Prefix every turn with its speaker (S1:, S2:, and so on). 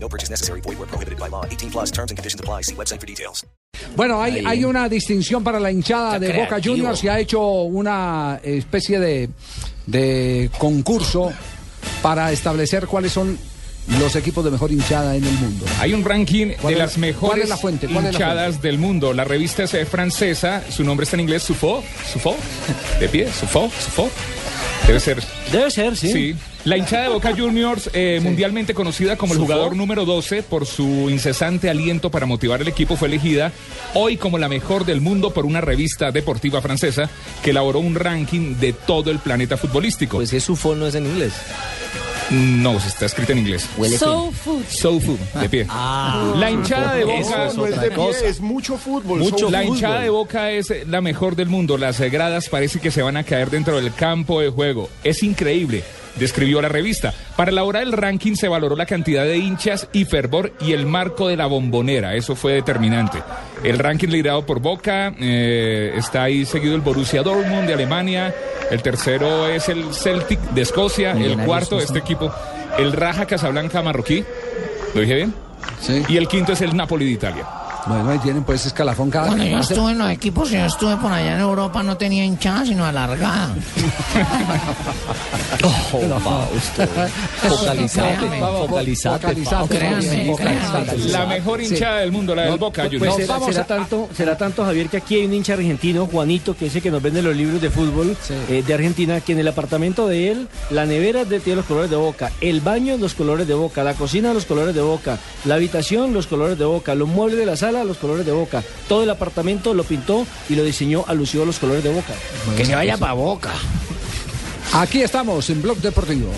S1: No purchase necessary. Void where prohibited by law. 18 plus terms and conditions apply. See website for details.
S2: Bueno, hay, hay una distinción para la hinchada de Boca Juniors. Se ha hecho una especie de, de concurso para establecer cuáles son los equipos de mejor hinchada en el mundo.
S3: Hay un ranking
S2: ¿Cuál
S3: de
S2: es- cuál
S3: las
S2: es
S3: mejores
S2: la fuente? ¿Cuál es la
S3: hinchadas del mundo. La revista es eh, francesa, su nombre está en inglés, Sufo, Sufo, de pie, Sufo, Sufo. Debe ser.
S4: Debe ser, sí.
S3: Sí. La hinchada de Boca Juniors, eh, mundialmente conocida como el jugador número 12 por su incesante aliento para motivar al equipo, fue elegida hoy como la mejor del mundo por una revista deportiva francesa que elaboró un ranking de todo el planeta futbolístico.
S4: Pues si es su fono, es en inglés.
S3: no, está escrita en inglés.
S5: So food.
S3: So Food, de pie.
S4: Ah,
S3: la hinchada de Boca.
S4: Eso es
S6: No es
S4: otra
S6: de pie,
S4: cosa.
S6: es mucho fútbol.
S4: Mucho
S6: son-
S3: La
S4: fútbol.
S3: hinchada de Boca es eh, la mejor del mundo. Las eh, gradas parece que se van a caer dentro del campo de juego. Es increíble, describió la revista. Para elaborar el ranking se valoró la cantidad de hinchas y fervor y el marco de la bombonera. Eso fue determinante. El ranking liderado por Boca eh, está ahí seguido el Borussia Dortmund de Alemania. El tercero es el Celtic de Escocia. El
S4: Millonarios,
S3: cuarto,
S4: sí.
S3: este equipo, el Raja Casablanca marroquí. ¿Lo dije bien?
S2: Sí.
S3: Y el quinto es el Napoli de Italia.
S2: Bueno, ahí tienen pues escalafón cada
S7: Cuando yo
S2: cada-
S7: estuve en los equipos, yo estuve por allá en Europa, no tenía hinchada, sino alargada.
S4: Focalizate,
S7: Créame.
S4: focalizate.
S2: Focalizate,
S7: Créanme,
S2: focalizate,
S7: créanme.
S2: focalizate.
S3: La mejor
S2: Sí.
S3: hinchada del mundo, la del Boca
S4: Pues
S3: Juniors.
S2: Nos
S4: será,
S2: vamos
S4: será
S2: a-
S4: tanto, será tanto, Javier, que aquí hay un hincha argentino, Juanito, que dice que nos vende los libros de fútbol
S2: Sí.
S4: eh, de Argentina, que en el apartamento de él, la nevera de, tiene los colores de boca, el baño, los colores de boca, la cocina, los colores de boca, la habitación, los colores de boca, los muebles de la sala, los colores de boca. Todo el apartamento lo pintó y lo diseñó alusivo a los colores de boca.
S7: Que se vaya para boca.
S2: Aquí estamos en Blog Deportivo.